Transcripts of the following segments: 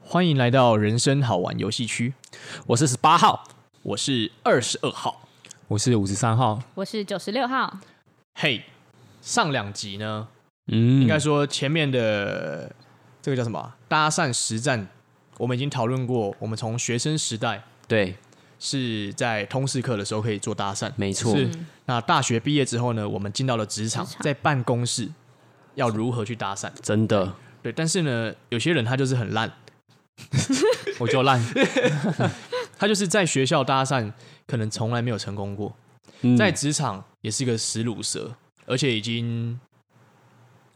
欢迎来到人生好玩游戏区，我是十八号，我是二十二号。我是五十三号，我是九十六号，嘿、上两集呢，嗯应该说前面的这个叫什么啊搭讪实战，我们已经讨论过，我们从学生时代对，是在通识课的时候可以做搭讪，没错是那大学毕业之后呢，我们进到了职场，职场在办公室要如何去搭讪？真的，对，但是呢，有些人他就是很 烂，我就烂。 他就是在学校搭讪，可能从来没有成功过，嗯在职场也是个死乳蛇，而且已经，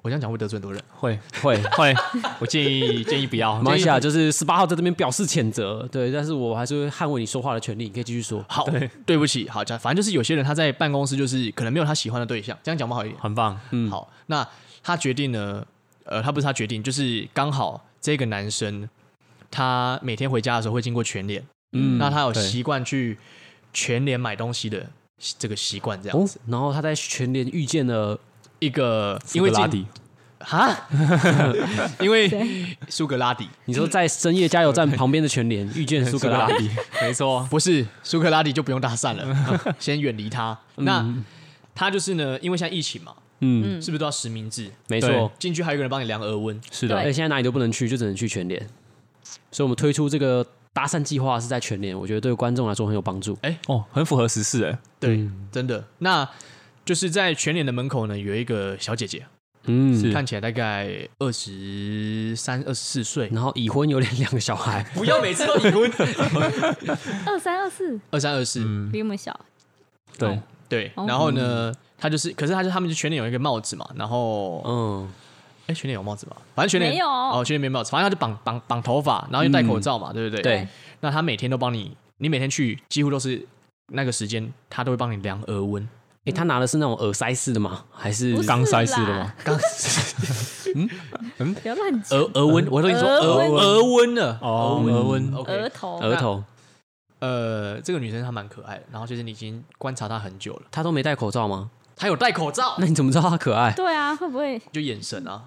我这样讲会得罪很多人。会会会， 我建议建议不要，马来西建亚议就是十八号在这边表示谴责，对，但是我还是会捍卫你说话的权利，你可以继续说。好，对不起，好，讲反正就是有些人他在办公室就是可能没有他喜欢的对象，这样讲不好一点。很棒，嗯好，那他决定呢，呃，他不是他决定，就是刚好这个男生他每天回家的时候会经过全联，嗯那他有对习惯去全联买东西的这个习惯，这样、哦，然后他在全联遇见了，一个因为拉这迪，哈， 因为苏格拉底你说在深夜加油站旁边的全联遇见苏格拉底，没错，不是苏格拉底就不用搭讪了，先远离他。那他就是呢，因为现在疫情嘛，嗯，是不是都要实名制？没错，进去还有一个人帮你量额温，是而的，且现在哪里都不能去，就只能去全联，所以我们推出这个搭讪计划是在全联，我觉得对观众来说很有帮助。哦，很符合时事哎，对，真的。那就是在全脸的门口呢，有一个小姐姐，嗯，是看起来大概二十三、二十四岁，然后已婚有两两个小孩，不要每次都已婚，二三二四二三、二四，嗯比我们小，对，对。哦然后呢，她就是，可是她就他们就全脸有一个帽子嘛，然后嗯，哎，全脸有帽子吗？反正全脸没有哦，全脸没帽子，反正他就绑绑绑头发，然后又戴口嗯罩嘛，对不对？对。那他每天都帮你，你每天去几乎都是那个时间，他都会帮你量额温。诶，他拿的是那种耳塞式的吗？还是不是刚塞啦式的吗？刚不要乱讲，额额温，我都已经说额额温额温了。哦，额温，额 OK，头额头？呃，这个女生她蛮可爱的，然后就是你已经观察她很久了，他都没戴口罩吗？她有戴口罩，那你怎么知道他可爱？对啊，会不会？就眼神啊，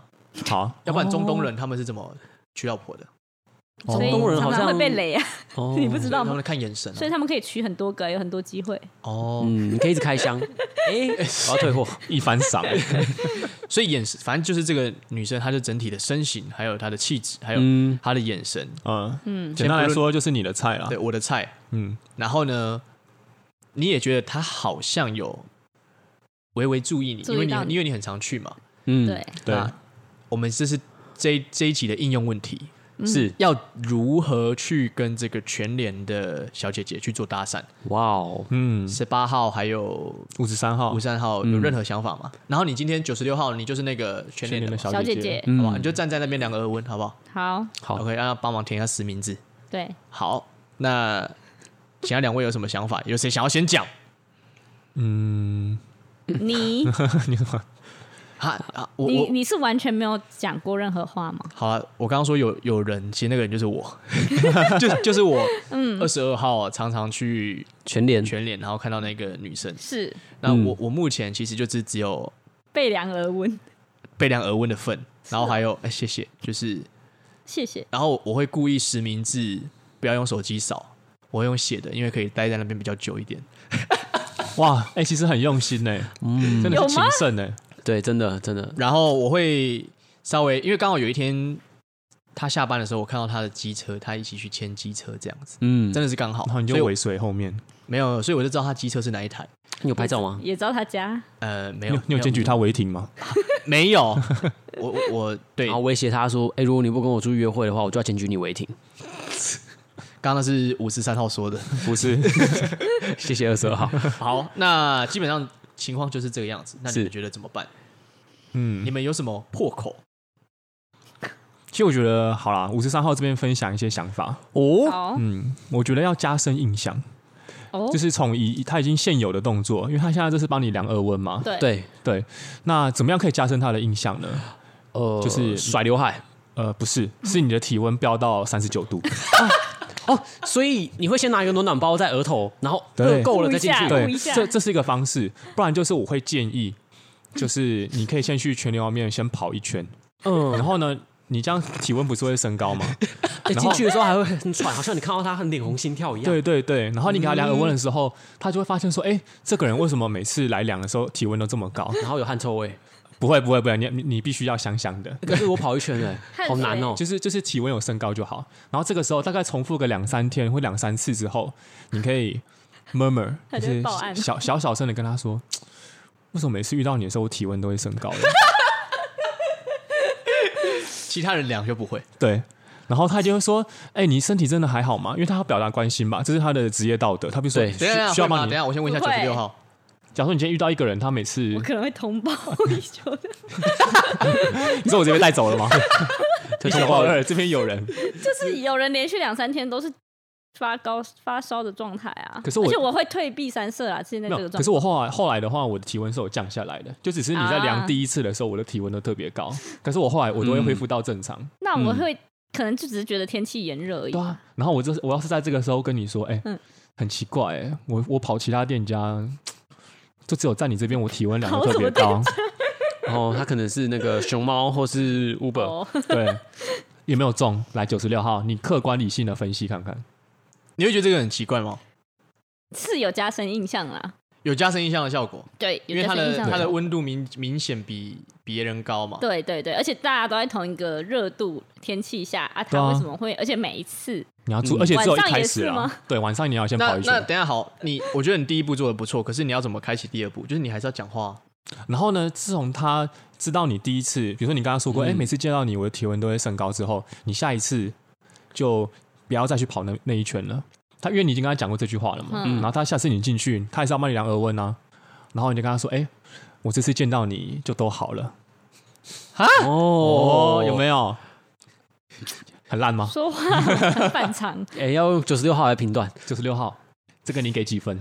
好，要不然中东人他们是怎么娶老婆的？哦所以中东人好常常会像被雷啊，哦 你不知道他吗？们看眼神所以啊。他们可以取很多个，有很多机会。哦，嗯，你可以一直开箱。诶，我要退货。一番赏，所以眼神，反正就是这个女生，她的整体的身形，还有她的气质，还有嗯，她的眼神，啊嗯嗯简单来说就是你的菜啦对，我的菜。嗯，然后呢，你也觉得他好像有微微注意你，注因为意你到你因为你很常去嘛。嗯，对，对，那我们这是这一这一集的应用问题，是要如何去跟这个全联的小姐姐去做搭讪？哇哦，嗯，十八号还有五十三号五，三号有任何想法吗？然后你今天九十六号，你就是那个全联年的的嘛。小姐姐姐，好不好？嗯你，就站在那边量额温，好不好好，好， ？OK，让他帮忙填一下实名制。对，好，那其他两位有什么想法？有谁想要先讲？嗯 你哈，啊我你我你是完全没有讲过任何话吗？好啊，我刚刚说有有人，其实那个人就是我， 就是就是我，嗯，二十二号常常去全脸全脸，然后看到那个女生。是那嗯我、我目前其实就是只有背凉额温，备量额温的份，然后还有哎、谢谢，就是谢谢。然后我会故意实名制，不要用手机扫，我会用写的，因为可以待在那边比较久一点。哇，哎，其实很用心呢，嗯，真的有是吗谨慎呢，对，真的真的，然后我会稍微，因为刚好有一天他下班的时候，我看到他的机车，他一起去牵机车这样子，嗯，真的是刚好，然后你所以就我尾随后面，没有，所以我就知道他机车是哪一台。你有拍照吗？也知道他家，呃，没有你有，你有没检举他违停吗？没有， 我我我对，然后刚威胁他说：“诶，如果你不跟我出去约会的话，我就要检举你违停。刚那是五十三号说的。不是，”谢谢二十二 号。好，那基本上情况就是这个样子。那你是们觉得怎么办？嗯你，们有什么破口？其实我觉得好啦，五十三号这边分享一些想法，哦，哦嗯，我觉得要加深印象，哦就，是从以他已经现有的动作，因为他现在就是帮你量额温嘛，对，对，对，那怎么样可以加深他的印象呢？呃，就是甩刘海。呃，不是，是你的体温飙到三十九度，哦，所以你会先拿一个暖暖包在额头，然后对热够了捂一再进下去。捂对一，下这这是一个方式，不然就是我会建议，就是你可以先去全联外面先跑一圈，嗯，然后呢，你这样体温不是会升高吗？哎进去的时候还会很喘，好像你看到他很脸红心跳一样。 对对对，然后你给他量耳温的嗯时候，他就会发现说，哎、这个人为什么每次来量的时候体温都这么高？然后有汗臭味，不会不会不会，你你你必须要香香哦的， 可是我跑一圈哎、 汗好难哦、 就是就是体温有升高就好。然后这个时候大概重复个两三天或两三次之后，你 可以 murmur，他就就会是报案小小小声的跟他说，为什么每次遇到你的时候我体温都会升高的？其他人量就不会。对。然后他就会说：“哎、你身体真的还好吗？”因为他要表达关心嘛，这是他的职业道德。他比如说对需等一下，需要会吗帮啊等一你。下，我先问一下不九啊会十六号，假如你今天遇到一个人，他每次我可能会通报一九的，你说我这边带走 了吗？推九二哎二这边有人，就是有人连续两三天都是发高发烧的状态啊。可是我而且我会退避三舍啊，现在没这个有。状态。可是我后来后来的话，我的体温是有降下来的，就只是你在量啊第一次的时候，我的体温都特别高。可是我后来我都会嗯恢复到正常。那我会、可能就只是觉得天气炎热而已嗯对。啊，然后我这我要是在这个时候跟你说，哎、嗯很奇怪、哎，我我跑其他店家，就只有在你这边我体温量跑的特什别么高，然后他可能是那个熊猫或是 Uber，、哦， 对，也没有中。来九十六号，你客观理性的分析看看。你会觉得这个很奇怪吗？是有加深印象啦。有加深印象的效果，对，因为有加它深印的象它效的果。温度明明显比别人高嘛。对对对，而且大家都在同一个热度天气下啊，他对啊为什么会？而且每一次你要注，嗯而且只有一晚上开也始是啊吗，对，晚上你要先那跑一圈那。等一下好，你我觉得你第一步做的不错，可是你要怎么开启第二步？就是你还是要讲话啊、然后呢，自从他知道你第一次，比如说你刚刚说过，哎、每次见到你我的体温都会升高之后，你下一次就不要再去跑那那一圈了。他因为你已经跟他讲过这句话了嘛，嗯然后他下次你进去，他还是要帮你量额温啊，然后你就跟他说，哎、我这次见到你就都好了，哦哦，有没有？ 很烂吗？说话 很反常，哎、要用九十六号来评断，九十六号，这个你给几分？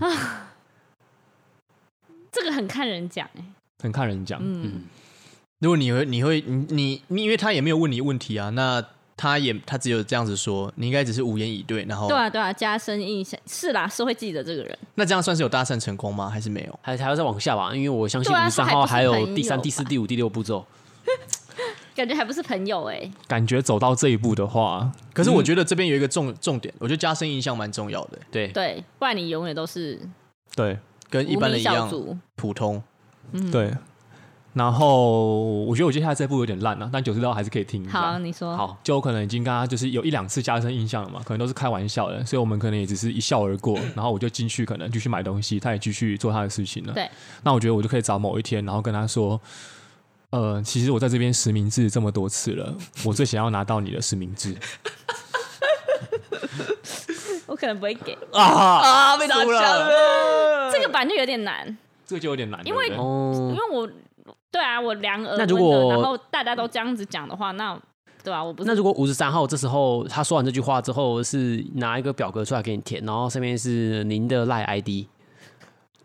这个很看人讲哎、欸很看人讲，嗯，如果你会，你会，你你你，因为他也没有问你问题啊，那他也他只有这样子说，你应该只是无言以对，然后对啊对啊，加深印象是啦，是会记得这个人。那这样算是有搭讪成功吗？还是没有？还还要再往下吧，因为我相信五对啊十三号他还还不是有朋第三、友第四、吧第五、第六步骤。感觉还不是朋友哎、欸感觉走到这一步的话，可是我觉得这边有一个重重点，我觉得加深印象蛮重要的，对，对，不然你永远都是对跟一无般名人一小样卒。普通。嗯对。然后我觉得我接下来这步有点烂了、啊但九十六号还是可以听一下。好，你说好，就可能已经跟他就是有一两次加深印象了嘛，可能都是开玩笑的，所以我们可能也只是一笑而过。 然后我就进去，可能继续买东西，他也继续做他的事情了。对，那我觉得我就可以找某一天，然后跟他说，呃，其实我在这边实名制这么多次了，我最想要拿到你的实名制。我可能不会给啊被打打枪了，这个版就有点难。这个就有点难，因为对不对哦因，为我对啊，我量额温的那如果然后大家都这样子讲的话，那对啊，我不是那如果五十三号这时候他说完这句话之后，是拿一个表格出来给你填，然后上面是您的赖 ID，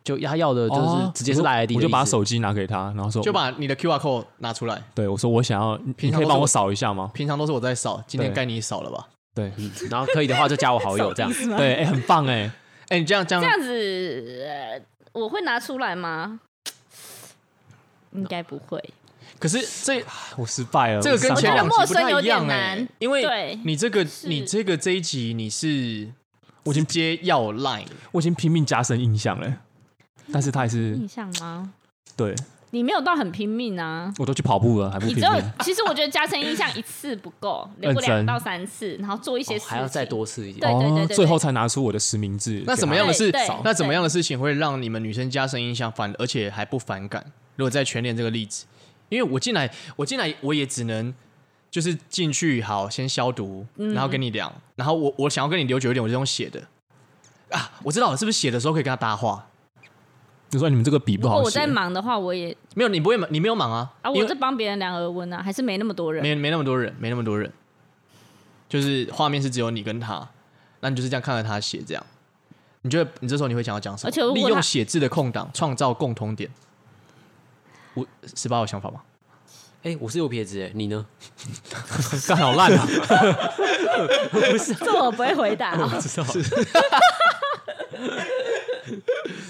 就他要的就是哦直接我是就赖 ID，我就的意把思手机拿给他，然后说，就把你的 QR code 拿出来。对我说我想要，你平常可以都是帮我我扫一下吗？平常都是我在扫，今天对该你扫了吧？对嗯然后可以的话就加我好友 这样。对，哎、很棒哎、哎、你这样这样这，样子、呃我会拿出来吗？应该不会。可是这我失败了。这个我跟失败前了两陌集不生太有一样点哎、难因为对你这个是你这个这一集你是我已经接要 line，我已经拼命加深印象了、但是他还是印象吗？对你没有到很拼命啊。我都去跑步了，还不你拼只有命。，其实我觉得加深印象一次不够，留认过两真到三次，然后做一些事哦情，还要再多次一点对。对对对哦，对最后才拿出我的实名制。那怎么样的对事对？那怎么样的事情会让你们女生加深印象反，而且还不反感？如果在全脸这个例子，因为我进来，我进来我也只能就是进去，好先消毒，嗯然后跟你聊，然后我我想要跟你留久一点，我就用写的啊，我知道了，是不是写的时候可以跟他搭话？你说你们这个笔不如果好我写在，忙的话，我也没有，你不会忙，你没有忙啊，啊，因我为在帮别人量额温啊，还是没那么多人。没没那么多人，没那么多人，就是画面是只有你跟他，那你就是这样看着他写这样。你觉得你这时候你会想要讲什么？而且如果利他用写字的空档创造共同点。我十八有想法吗？哎，我是右撇子，哎，你 呢？干好烂啊！这 我不会回 答、哦。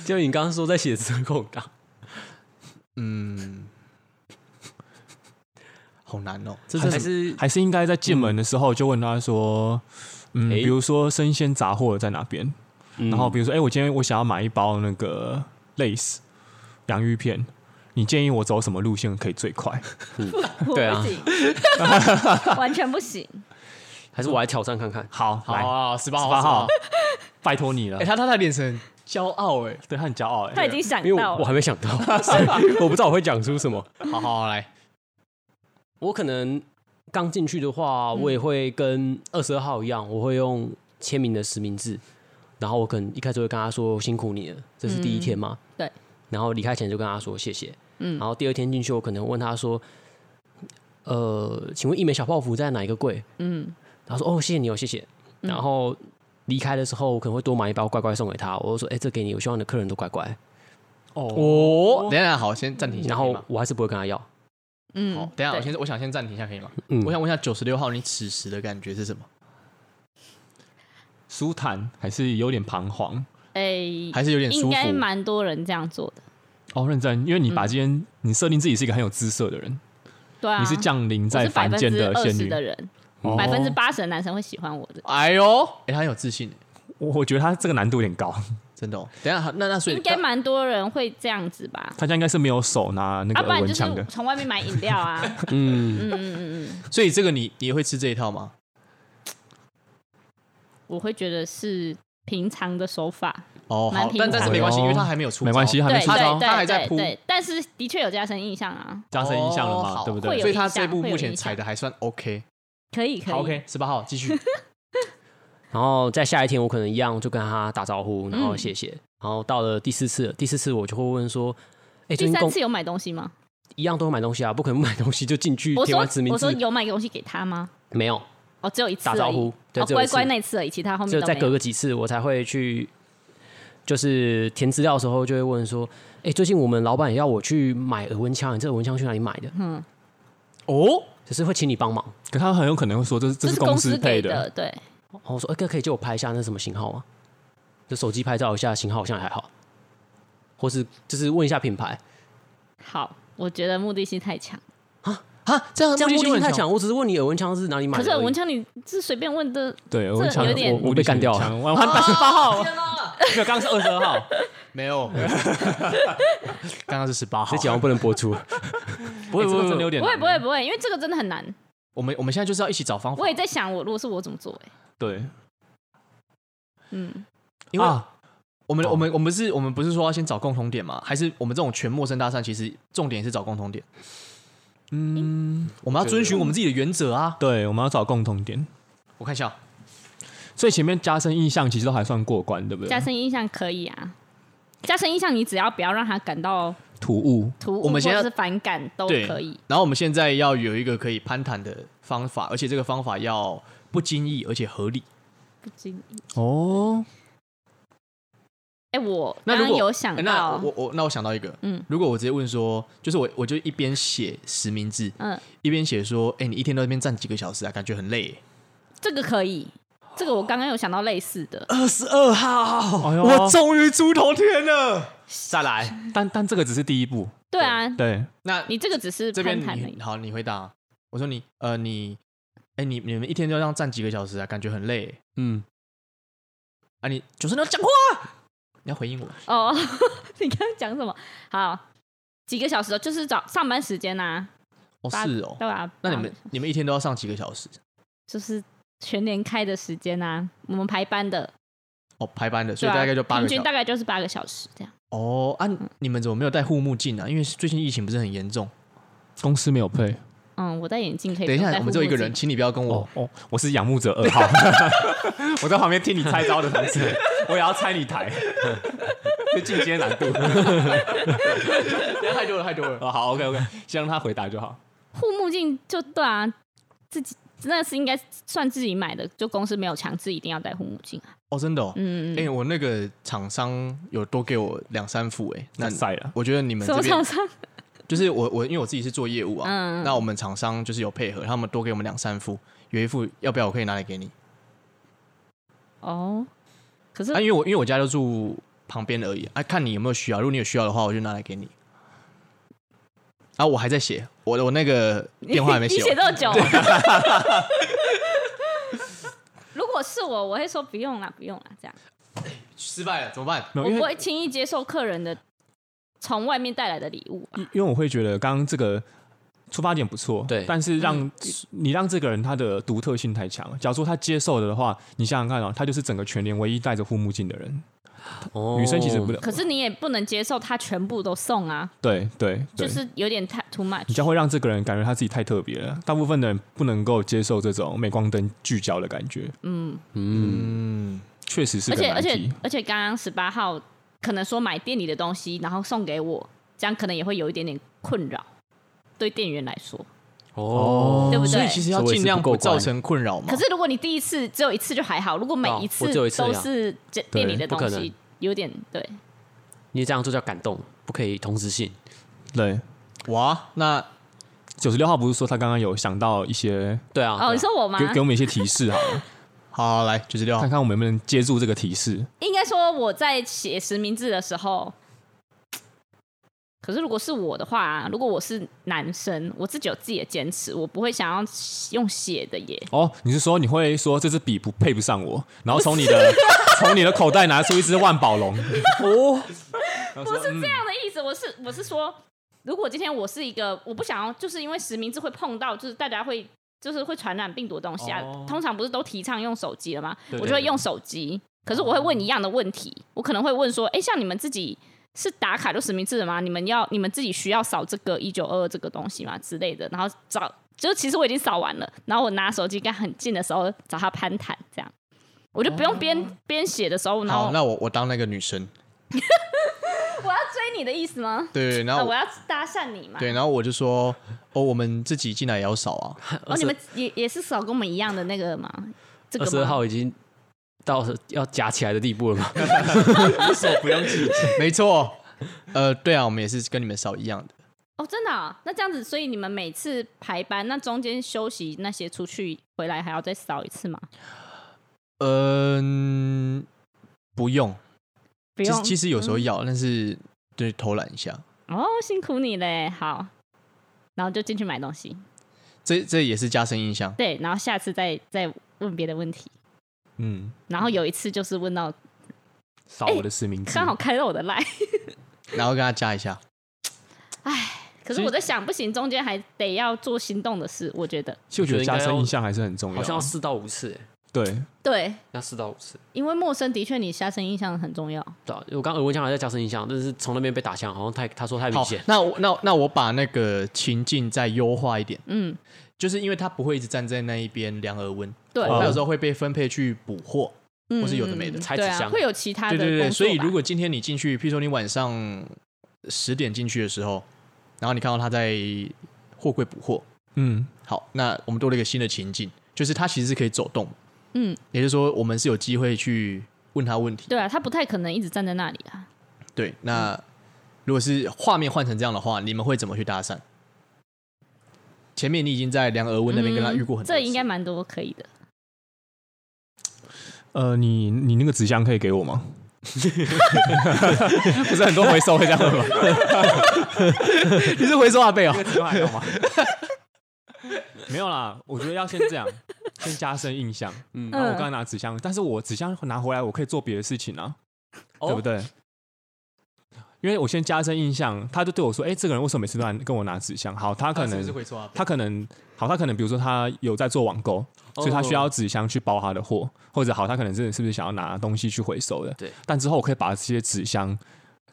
就你刚刚说在写字的空档，嗯，好难哦。这还还是还是应该在进门的时候就问他说，嗯，诶比如说生鲜杂货在哪边？嗯然后比如说，哎、我今天我想要买一包那个类似洋芋片，你建议我走什么路线可以最快？我对啊不行，完全不行。还是我来挑战 看看。好，好来，啊，十八十号，八18号，，拜托你了。哎，他他的脸神骄傲哎，对他很骄傲、哎，他已经想因为到我我了，还没想到， 所以我不知道我会讲出什么。好好好来，我可能刚进去的嗯话，我也会跟二十二号一样，我会用签名的实名制，然后我可能一开始会跟他说辛苦你了，这是第一天嘛，嗯对，然后离开前就跟他说谢谢，嗯然后第二天进去，我可能问他说，呃，请问一枚小泡芙在哪一个柜？嗯，他说哦，谢谢你哦，谢谢。然后离开的时候，我可能会多买一包乖乖送给他，我就说哎、这给你，我希望你的客人都乖乖。哦，哦，等一下好，先暂停一下，然可以后吗我还是不会跟他要，嗯，好，等一下我对先我想先暂停一下，可以吗？嗯我想问一下九十六号，你此时的感觉是什么？舒坦还是有点彷徨。哎，还是有点舒应服？该蛮多人这样做的，哦，认真，因为你把今天、你设定自己是一个很有姿色的人，对嗯啊，你是降临我在是百凡分间之二仙十女，的人，哦百分之八十的男生会喜欢我的，哎呦，哎、他很有自信耶，我我觉得他这个难度有点高，真的、哦。等一下，那那所以应该蛮多人会这样子吧。他家应该是没有手拿要、那个啊不然文就枪的是。从外面买饮料啊，嗯，所以这个你你也会吃这一套吗？我会觉得是平常的手法，哦，蛮好，平但但是没关系，常因为的他还没有出，没关系，，还对没对出招对，他还在对铺对，但是的确有加深印象啊，加深印象了哦嘛，对会不对有？所以影他这响一步会目有前影踩响的还算 OK。可以可以好，OK，十八号继续。 然后在下一天，我可能一样就跟他打招嗯呼，然后谢谢。然后到了第四次了，第四次我就会问说：“哎、最第近三公次有买东西吗？一样都会买东西啊，不可能不买东西就进去我填说完实名我制说，有买东西给他吗？没有哦，只有一次打招而已呼，对，哦，只有一乖次乖那次而已，其他后面就都再没隔有。个几次，我才会去，就是填资料的时候就会问说：“哎、最近我们老板也要我去买额温枪，你这额温枪去哪里买的嗯哦，？”就是会请你帮忙。可他很有可能会说这是这是公司配给的，，对，然后我说：“哎、哥，可以借我拍一下那是什么型号吗？就手机拍照一下，型号好像还好，或是就是问一下品牌。”好，我觉得目的性太强。哈，这样这样目目的性很太强。强，我只是问你耳温枪是哪里买的可而已。是文强，你是随便问的，对，有我抢点我我被干掉了 完完蛋哦十八号没有，刚刚是二十二号，没有，刚刚是十八号这。节目不能播 出。不会哎这不个会真的有点不会不会不会，因为这个真的很难。我们我们现在就是要一起找方法我，也在想，我如果是我怎么做、欸，对，嗯，因为啊我们哦我们我们是我们不是说要先找共同点吗？还是我们这种全陌生搭讪，其实重点是找共同点，嗯，我们要遵循我们自己的原则啊。对，我们要找共同点。我看一下，啊所以前面加深印象其实都还算过关，对不对？啊加深印象可以啊。加深印象，你只要不要让他感到突兀，突兀我或们现在者是反感都对可以。然后我们现在要有一个可以攀谈的方法，而且这个方法要不经意而且合理。不经意，哦，哎、我那刚如刚果有想哎到那，我我那我想到一个，嗯如果我直接问说，就是我我就一边写实名制，嗯，一边写说，哎、你一天都在那边站几个小时啊，感觉很累耶。这个可以，这个我刚刚有想到类似的，二十二号，哎呦我终于出头天了。再来，但但这个只是第一步，对啊，对，那你这个只是这攀边谈而你已。好，你回答。我说你呃你，哎、你你们一天都这样站几个小时啊，感觉很累耶嗯，啊你。就是你要讲话，你要回应我。哦， 你刚刚讲什么？好，几个小时哦，就是早上班时间呐、哦八是哦，对吧？那你八们你们一天都要上几个小时？就是全年开的时间啊，我们排班的，哦，排班的，所对以吧？大概就八个平小均时大。概嗯就是八个小时这样。哦啊，你们怎么没有戴护目镜啊？因为最近疫情不是很严重。公司没有配。嗯，我戴眼镜可以。等一下，我们只有一个人，。请你不要跟我哦。哦，我是仰慕者二号， 我在旁边听你拆招的同时， 我也要拆你 台，就进阶难度。太多了，太多了。哦， 好，OK OK，先让他回答就好。护目镜就对啊，自己那是应该算自己买的，就公司没有强制一定要戴护目镜啊。哦，真的哦。嗯，哎、我那个厂商有多给我两三副哎、那晒了，我觉得你们什这么厂边商？就是我我因为我自己是做业务啊，嗯那我们厂商就是有配合，他们多给我们两三副，有一副要不要我可以拿来给你？哦，可是啊，因为我因为我家就住旁边而已啊，看你有没有需要，如果你有需要的话，我就拿来给你。啊，我还在写，我的我那个电话还没 你写哦写完。这么久。 如果是我，我会说不用啦，不用啦，这样失败了怎么办？没我有，因不为会轻易接受客人的从外面带来的礼物啊吧。因为我会觉得刚刚这个出发点不错，对但是嗯让、你让这个人他的独特性太强了。假如说他接受了的话，你想想看哦，他就是整个全年唯一戴着护目镜的人。哦女生其实不，可是你也不能接受他全部都送啊，对对就对，是有点太 too 你 much。将会让这个人感觉他自己太特别了。大部分的人不能够接受这种镁光灯聚焦的感觉，嗯，嗯，确实是而个且难而且题。而且，刚刚十八号可能说买店里的东西，然后送给我，这样可能也会有一点点困扰，对店员来说。哦，对不对所以其实要所以我也是尽量不够不造乖成困扰嘛。可是如果你第一次只有一次就还好，如果每对啊一我次只有一次而都已啊是这店里的不可东能啊西，有点对。你这样就叫感动，不可以同时性。对，哇，那九十六号不是说他刚刚有想到一些对啊，对啊哦，你说我吗？给给我们一些提示好 了，好来九十六看看我们能不能接住这个提示。应该说我在写实名制的时候，可是如果是我的话、啊如果我是男生，我自己有自己的坚持，我不会想要用写的耶。哦，你是说你会说这支笔不配不上我，然后从你的 从你的口袋拿出一支万宝 龙？嗯哦，不是这样的意思，我是我是说，如果今天我是一个我不想要，就是因为实名制会碰到，就是大家会就是会传染病毒的东西啊。哦通常不是都提倡用手机了吗？对我就会对用手机，可是我会问一样的问题，我可能会问说，哎、像你们自己。是打卡就实名制的吗？你们要你们自己需要扫这个一九二这个东西吗之类的？然后找，就是其实我已经扫完了，然后我拿手机跟他很近的时候找他攀谈，这样我就不用边边写的时候，然后好，那我我当那个女生，我要追哎你的意思吗？对，然啊，后我要搭讪你嘛。对，然后我就说，哦，我们自己进来也要扫啊，哦，你们也也是扫跟我们一样的那个吗？这二个十二吗？号已经到要夹起来的地步了吗？手不用记，没错。呃，对啊，我们也是跟你们扫一样的。哦，真的啊、那这样子，所以你们每次排班，那中间休息那些出去回来还要再扫一次吗？嗯，不用，不其用嗯实，其实有时候要，但是对偷懒一下，哦，辛苦你嘞，好，然后就进去买东西，这这也是加深印象。对，然后下次再再问别的问题。嗯，然后有一次就是问到扫我的实名制。哎刚好开到我的赖， 然后跟他加一下。可是我在想，不行，中间还得要做心动的事，我觉得其实我觉得加我觉得应该深要印象还是很重要。好像要四到五次，哎，对，对，要四到五次。因为陌生的确你下身印象很重要。对啊，我刚耳闻枪还在加深印象，但是从那边被打枪，好像太他说太明好显，。那我那那我把那个情境再优化一点，嗯，就是因为他不会一直站在那一边量额温，对，他有时候会被分配去补货。嗯或是有的没的嗯嗯拆对纸啊，箱会有其他的对对工对，作所以吧如果今天你进去，譬如说你晚上十点进去的时候，然后你看到他在货柜补货，嗯，好，那我们多了一个新的情境，就是他其实是可以走动，嗯，也就是说我们是有机会去问他问题。对啊，他不太可能一直站在那里啊。对，那嗯如果是画面换成这样的话，你们会怎么去搭讪？前面你已经在梁俄温那边跟他遇过很多次，嗯这应该蛮多可以的。呃，你你那个纸箱可以给我 吗？不是很多回收会这样的吗？啊你是回收阿贝哦。纸箱还有吗？ 没有啦，我觉得要先这样， 先加深印象。嗯那我刚刚拿纸箱，但是我纸箱拿回来，我可以做别的事情啊，哦对不？对？因为我先加深印象，他就对我说：“哎、这个人为什么每次都来跟我拿纸箱？”好，他可能回收阿贝，他可能好，他可能比如说他有在做网购，所以他哦需要纸箱去包他的货，或者好，他可能真的是不是想要拿东西去回收的？对。但之后我可以把这些纸箱，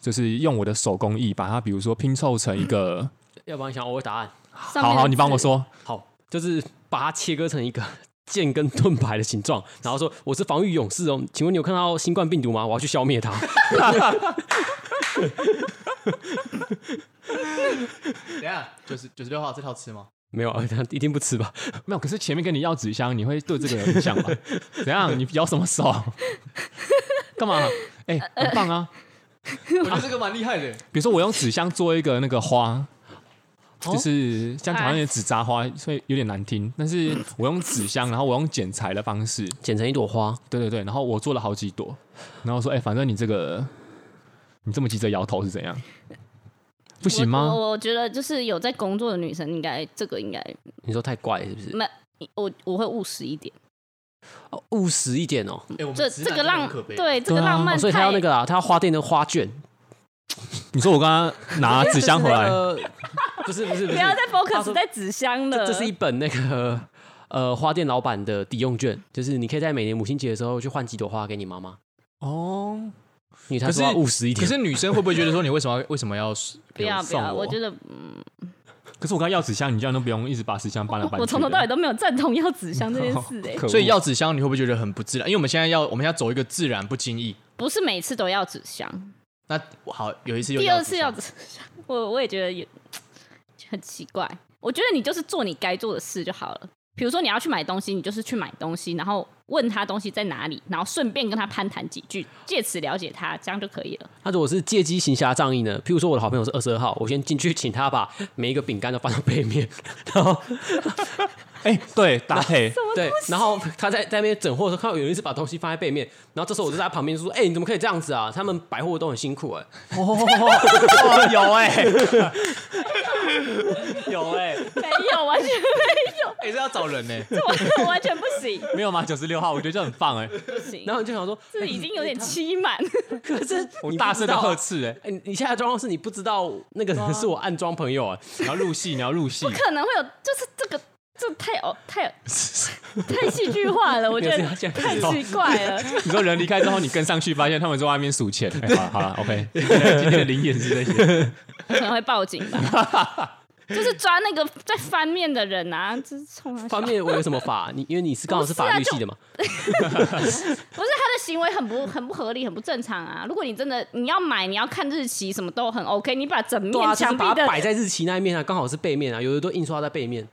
就是用我的手工艺把它，比如说拼凑成一个， 哦要不然想我会答案。上面好好，的你帮我字，说，好，就是把它切割成一个剑跟盾牌的形状，然后说我是防御勇士哦，请问你有看到新冠病毒吗？我要去消灭它。 等一下九十九十六号这套吃 吗？没有，他一定不吃吧？没有，可是前面跟你要纸箱，你会对这个有印象吗？怎样？你咬什 么手？干嘛？哎、很棒啊！我觉得这个蛮厉 害的。比如说我用纸箱做一个那个花，哦就是像台湾的纸扎花，所以有点难听。但是我用纸箱，然后我用剪裁的方式，剪成一朵花，对对对，然后我做了好几朵，然后说，哎、反正你这个，你这么急着摇头是怎样？不行我吗？我我觉得就是有在工作的女生，应该这个应该你说太怪是不是？没我我会务实一点。哦务实一点哦。哎我们这直这男真个的很浪可悲，对这对个啊浪哦漫太，所以他要那个啊，他要花店的花卷，你说我刚刚拿啊纸箱 回来这，是那个不是不是 不不是，要再他说 focus 在纸箱了。这这是一本那个呃花店老板的抵用券，就是你可以在每年母亲节的时候去换几朵花给你妈妈。哦，因为他可是说要务实一可点，是女生会不会觉得说你为什么要为什么要不要不送要，我觉得嗯可是我刚刚要纸箱，你居然都不用一直把纸箱搬来搬去的。我从头到尾都没有赞同要纸箱这件 事哎、可恶所以要纸箱你会不会觉得很不自然？因为我们现在要我们要走一个自然不经意。不是每次都要纸箱，那好，有 一次又第二次要纸纸箱， 我我也觉得也很奇怪。我觉得你就是做你该做的事就好了。比如说你要去买东西，你就是去买东西，然后问他东西在哪里，然后顺便跟他攀谈几句，借此了解他，这样就可以了。那如果是借机行侠仗义呢？譬如说我的好朋友是二十二号，我先进去请他把每一个饼干都放到背面， 然后哎、对，搭配对，然后他在在那边整货的时候，看到有人是把东西放在背面，然后这时候我就在他旁边说：“哎、你怎么可以这样子啊？他们百货都很辛 苦哎、哦， 有哎、有哎、没 有，完全没 哎、这要找人呢、有，完全不行，没有吗？九十六号，我觉得这很棒哎、不行。然后你就想说，哎这已经有点欺瞒，可是我你大不知声道的啊呵斥哎、哎、你你现在的状况是你不知道那个人是我暗装朋友啊，你要入戏，你要入戏，可能会有，就是这个，这太哦，太太戏剧化了， 我觉没得有这样太奇怪了。你说人离开之后，你跟上去发现他们在外面数钱，哎好了好了，OK，今天的灵眼是这些，可能会报警吧。 就是抓那个在翻面的人啊，就是冲他笑。方面我有什么法？你因为你是刚好是法律系的嘛，不是他的行为很不很不合理，很不正常啊！如果你真的你要买，你要看日期，什么都很 OK，你把整对啊，面就是墙壁把它的，摆在日期那一面啊，刚好是背面啊，有的都印刷在背面，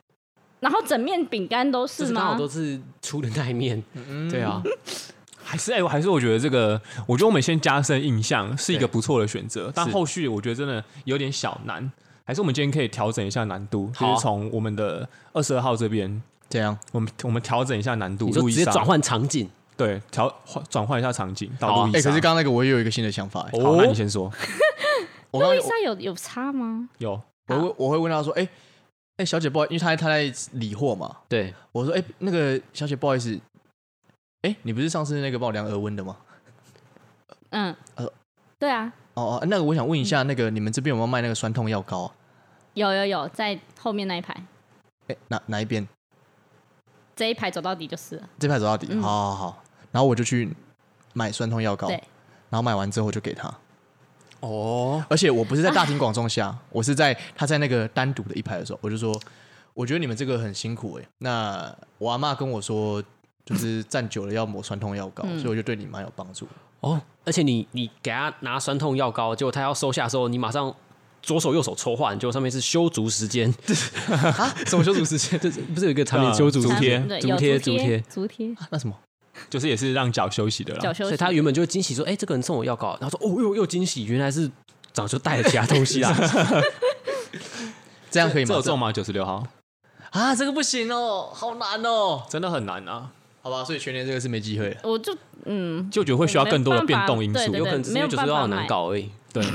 然后整面饼干都就是是刚好吗都？是出的那一面，对啊，还是哎、我还是我觉得这个，我觉得我们先加深印象是一个不错的选择，但是后续我觉得真的有点小难，还是我们今天可以调整一下难度，好就啊是从我们的二十二号这边，这 样我们我们调整一下难度，你就路易直接莎转换场景，对调换转换一下场景好到啊路易哎、莎。可是刚刚那个我也有一个新的想法、欸。好，那你先说。我刚路刚易莎有有差吗？有我我会我会问他说，哎、哎、小姐不好意思，因为她她在理货嘛，对，我说，哎、那个小姐不好意思，哎、你不是上次那个帮我量额温的吗？嗯呃，对啊，哦哦，那个我想问一下，那个你们这边有没有卖那个酸痛药膏、啊？有有有，在后面那一排，哎、哪哪一边？这一排走到底就是了。这排走到底，嗯好好好。然后我就去买酸痛药膏，对然后买完之后我就给他。哦，而且我不是在大庭广众下，我是在他在那个单独的一排的时候，我就说，我觉得你们这个很辛苦哎、那我阿妈跟我说，就是站久了要抹酸痛药膏，所以我就对你蛮有帮助。哦，而且你你给他拿酸痛药膏，结果他要收下的时候，你马上左手右手抽换，结果上面是修足时间，什么修足时 间？这是不是有一个产品啊修足足时贴间嗯对，足有贴足足贴足贴，啊那什么？就是也是让脚休息的脚啦。休所息。以他原本就会惊喜说，哎、这个人送我药膏，然后说，哦，又又惊喜，原来是早就带了其他东西啊啦。这样可以这吗？有中吗？九十六号啊，这个不行哦，好难哦。真的很难啊，好吧，所以全年这个是没机会了。我就嗯，就觉得会需要更多的变动因没办法对素。有可能只是没因有为就是办法很难买搞而已。对，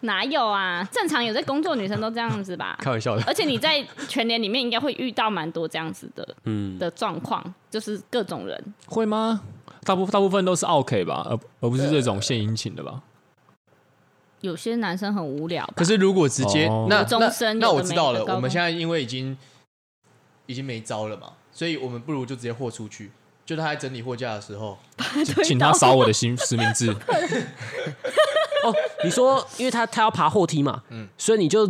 哪有啊？正常有在工作的女生都这样子 吧？开玩笑的，而且你在全年里面应该会遇到蛮多这样子的， 嗯的状况，就是各种人。会吗？大部大部分都是 OK 吧，而而不是这种献殷勤的吧？有些男生很无聊吧，可是如果直接、哦那国中那生那有我的知没道的了，高我们中现在因为已经已经没招了嘛，所以我们不如就直接货出去。就他在整理货架的时候，请他扫我的新实名制，哦，你说，因为他他要爬货梯嘛，嗯，所以你就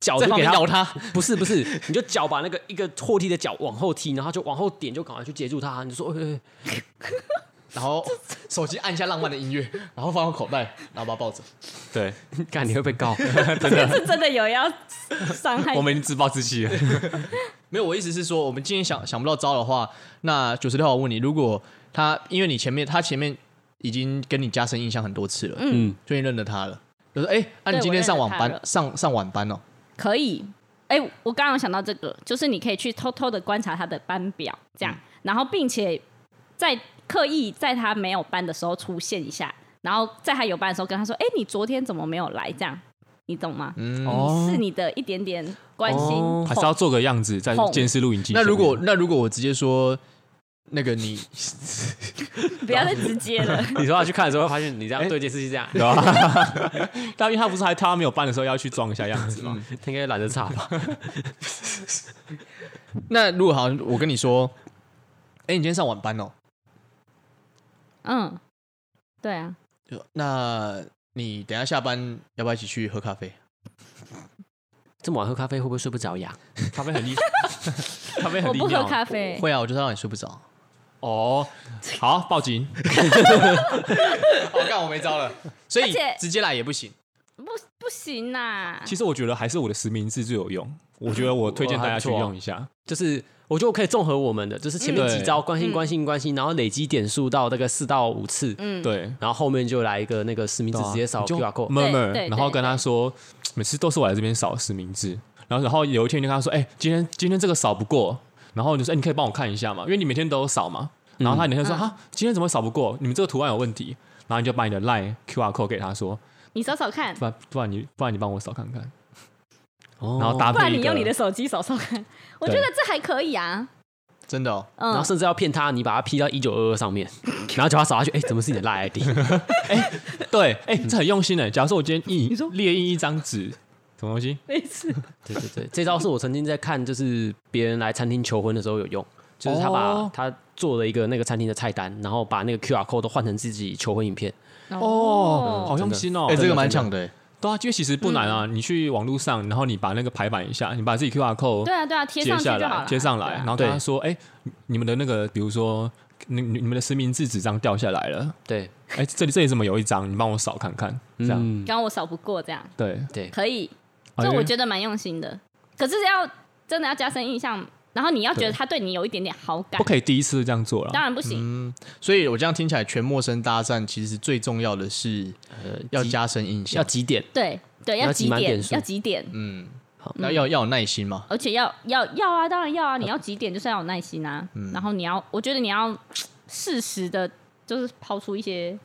脚在就旁给边他咬他， 不是不是，你就脚把那个一个货梯的脚往后踢，然后就往后点，就赶快去接住他。你就说，哎、哎然后手机按一下浪漫的音乐，然后放到口袋，然后把它抱着。对哎 干你会被告。是真的有要伤害 我们已经自暴自弃了。没有，我意思是说，我们今天想想不到招的话，那九十六号我问你，如果他因为你前面他前面已经跟你加深印象很多次了，嗯，所以你认得他了。就说，哎、那、你对今我天认上得晚他班了上上晚班哦，可以。哎、我刚刚有想到这个，就是你可以去偷偷的观察他的班表，这嗯样，然后并且在刻意在他没有班的时候出现一下，然后在他有班的时候跟他说：“哎、你昨天怎么没有来？”这样，你你懂吗？嗯哦是你的一点点关心哦哄，还是要做个样子，在监视录影机。那如 果那如果我直接说那个你，不要再直接 了。你说他去看的时候，会发现你这样对电视机这样，对吧？但因为他不是还他没有办的时候要去装一下样子嘛，嗯他应该懒得查吧？那如果好像我跟你说，哎、你今天上晚班哦，嗯，对啊，就说那你等一下下班要不要一起去喝咖啡？这么晚喝咖啡会不会睡不着呀？咖啡很厉，咖 啡我很利不喝尿咖啡，会啊，我就让你睡不着。哦。好，报警，我哦干、我没招了，所以而且直接来也不行。不不行呐、其实我觉得还是我的实名制最有用，我觉得我推荐大家去用一下。就是我觉得我可以综合我们的，就是前面嗯几招关心关心关心，然后累积点数到大概四到五次，嗯，对，然后后面就来一个那个实名制啊直接扫 QR 嗯 code，对对 murmur，然后对跟他说，每次都是我来这边扫实名制，然后然后有一天你就跟他说，哎，今天今天这个扫不过，然后你说，哎，你可以帮我看一下嘛，因为你每天都有扫嘛。然后他嗯每天说，啊，今天怎么扫不过？你们这个图案有问题。然后你就把你的 line QR code 给他说，你扫扫看，不然不然你不然你帮我扫看看，然然后搭哦不配然一你用你的个，手机扫扫看，我觉对得这还可以啊。真的哦，然后嗯，甚至要骗他，你把他 P 到一九二二上面， 然后叫他扫下去，哎，怎么是你的赖 ID？对，哎，这很用心的。假如说我今天印你说列印一张纸，什么东西？没事，对对对，这招是我曾经在看，就是别人来餐厅求婚的时候有用，就是他把哦他做了一个那个餐厅的菜单，然后把那个 QR code 都换成自己求婚影片。哦，好用心哦，哎、这个蛮抢的、对啊，因为其实不难啊，嗯你去网络上，然后你把那个排版一下，你把自己 QR code 对啊对啊，贴截上去下就好来，了，接上对来，啊然后跟对他说，哎，你你们的那个，比如说。你你你们的实名制纸张掉下来了，对，哎，这里这里怎么有一张？你帮我扫看看，这样、嗯，刚刚我扫不过这样，对。对，可以，啊这因我为觉得蛮用心的。可是要真的要加深印象，然后你要觉得他对你有一点点好感不，可以嗯第一次就这样做了当，然不行。所以我这样听起来，全陌生搭讪其实最重要的是呃，要几加深印要象，几点？对对，要几挤满点点？数要几点？嗯，那要要有耐心嘛。而且要要要啊，当然要呃啊！你要几点就是要有耐心啊，嗯然后你要，我觉得你要适时的，就是抛出一些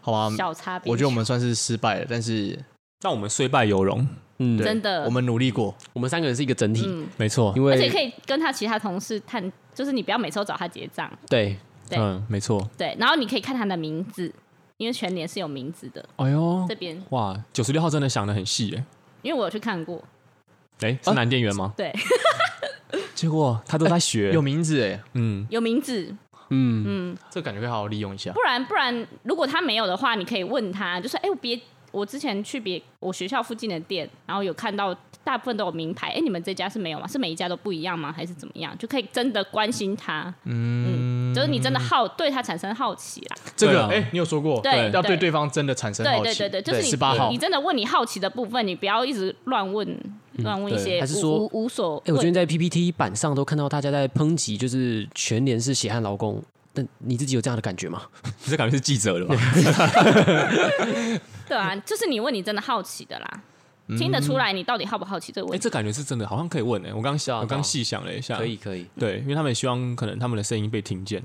好吧，小差嗯别。我觉得我们算是失败了，但是但我们虽败犹荣，嗯，对真的我们努力过。我们三个人是一个整体，嗯，没错因，而且为可以跟他其他同事探，就是你不要每次都找他结账，对，对嗯，没错。对，然后你可以看他的名字，因为全年是有名字的。哦哎呦这，边，哇，九十六号真的想的很细耶，因为我有去看过，哎，是男店员吗？对，结果他都在学，有名字哎、嗯，有名字，嗯，嗯，这感觉可以好好利用一下不。然不然，如果他没有的话，你可以问他，就是哎、我别我之前去别我学校附近的店，然后有看到大部分都有名牌，哎、你们这家是没有吗？是每一家都不一样吗？还是怎么样？就可以真的关心他，嗯就是你真的好对他产生好奇啦，这对个啊哎、你有说过，对要对对对方真的产生对好对奇。对对，就是你十八号你，真的问你好奇的部分，你不要一直乱问乱问一对些无，还是说无无所哎，我最谓近在 PPT 版上都看到大家在抨击，就是全年是血汗劳工，但你自己有这样的感觉吗？你这感觉是记者了吧？ 对啊，就是你问你真的好奇的啦，听得出来你到底好不好奇这个哎，问题。这感觉是真的，好像可以问哎，我刚啊想，我对啊刚细想了一下，可以，可以，对，因为他们也希望可能他们的声音被听见。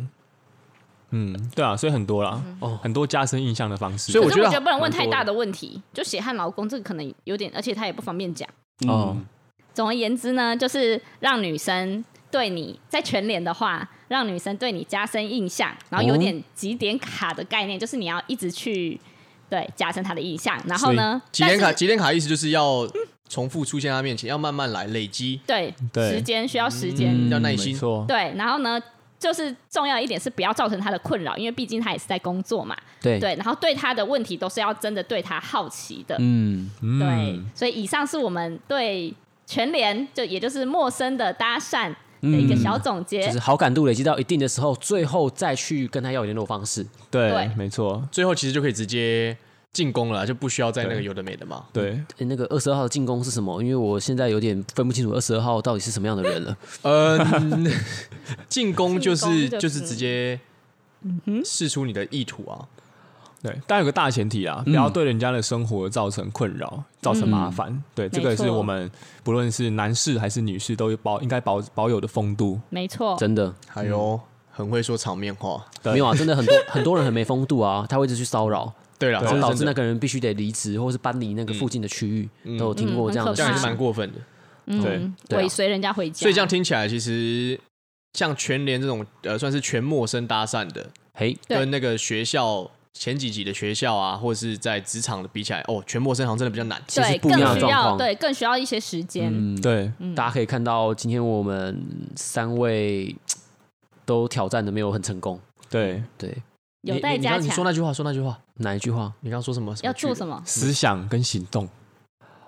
嗯，对啊，所以很多啦，哦，很多加深印象的方式。所以我可是觉得我觉得不能问蛮多太的大的问题，就血汗劳工这个可能有点，而且他也不方便讲。哦嗯，总而言之呢，就是让女生对你在全脸的话，让女生对你加深印象，然后哦有点几点卡的概念，就是你要一直去对加深她的印象。然后呢，几点卡？但是几点卡意思就是要重复出现在他面前，要慢慢来，累积，嗯对对时间需要时间，要耐心没错，对，然后呢，就是重要一点是不要造成她的困扰，因为毕竟她也是在工作嘛。对，对，然后对她的问题都是要真的对她好奇的。嗯，对嗯，，所以以上是我们对全联，就也就是陌生的搭讪的一个小总结。嗯就是好感度累积到一定的时候，最后再去跟他要联络方式。对对，没错，最后其实就可以直接进攻了，就不需要再那个对有的没的嘛。对，诶那个二十二号的进攻是什么？因为我现在有点分不清楚二十二号到底是什么样的人了。嗯， 进攻就进是攻就是嗯就是直接试出你的意图啊。对，但有个大前提啊，嗯不要对人家的生活造成困扰，造成麻烦。对，这个嗯没是错我们不论是男士还是女士都有保应该保保有的风度。没错，真的，还有、嗯很会说场面话。对没有啊，真的很多很多人很没风度啊，他会一直去骚扰，对了，这然后是导致真那的，个人必须得离职，或是搬离那个附近的区域，都有嗯听过这样的很这事样也是可怕情。蛮过分的。嗯，对啊尾随人家回家，所以这样听起来，其实像全联这种呃，算是全陌生搭讪的，嘿，对跟那个学校前几级的学校啊，或者是在职场的比起来，哦，全陌生好像真的比较难。其实对不一样更的需状要况。对更需要一些时间，嗯，对，大家可以看到，今天我们三位都挑战的没有很成功。对，嗯对，有你待你你加刚你说强。那句话，说那句话，哪一句话？你刚刚说什么？什么要去做的什么？思想跟行动，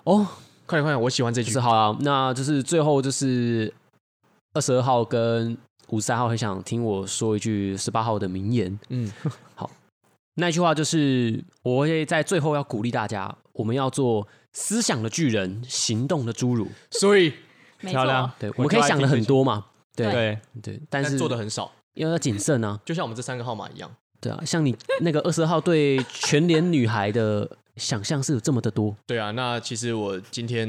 哦，快点快点，我喜欢这就句是。好啦，那就是最后就是二十二号跟五十三号很想听我说一句十八号的名言。嗯，那一句话就是，我会在最后要鼓励大家，我们要做思想的巨人，行动的侏儒。所 以没漂亮错，对，我们可以想的很多嘛，对对，对，但但是做的很少，要要谨慎啊，就像我们这三个号码一样。对啊，像你那个二十号对全联女孩的想象是有这么的多，对啊，那其实我今天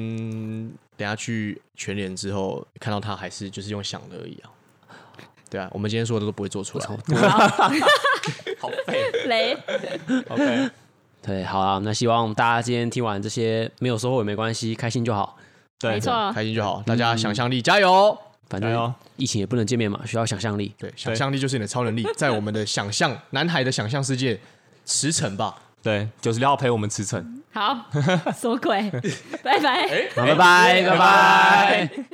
等下去全联之后，看到他还是就是用想的而已啊。对啊，我们今天说的都不会做出来。好废。雷 OK， 对，好啊，那希望大家今天听完这些没有收获也没关系，开心就好，对没，错，开心就好，大嗯家想象力加油。反加油正疫情也不能见面嘛，需要想象力。对，想象力就是你的超能力，在我们的想象男孩的想象世界驰骋吧。对，九十六号陪我们驰骋， 好，什么鬼？拜拜。好，拜拜，拜拜。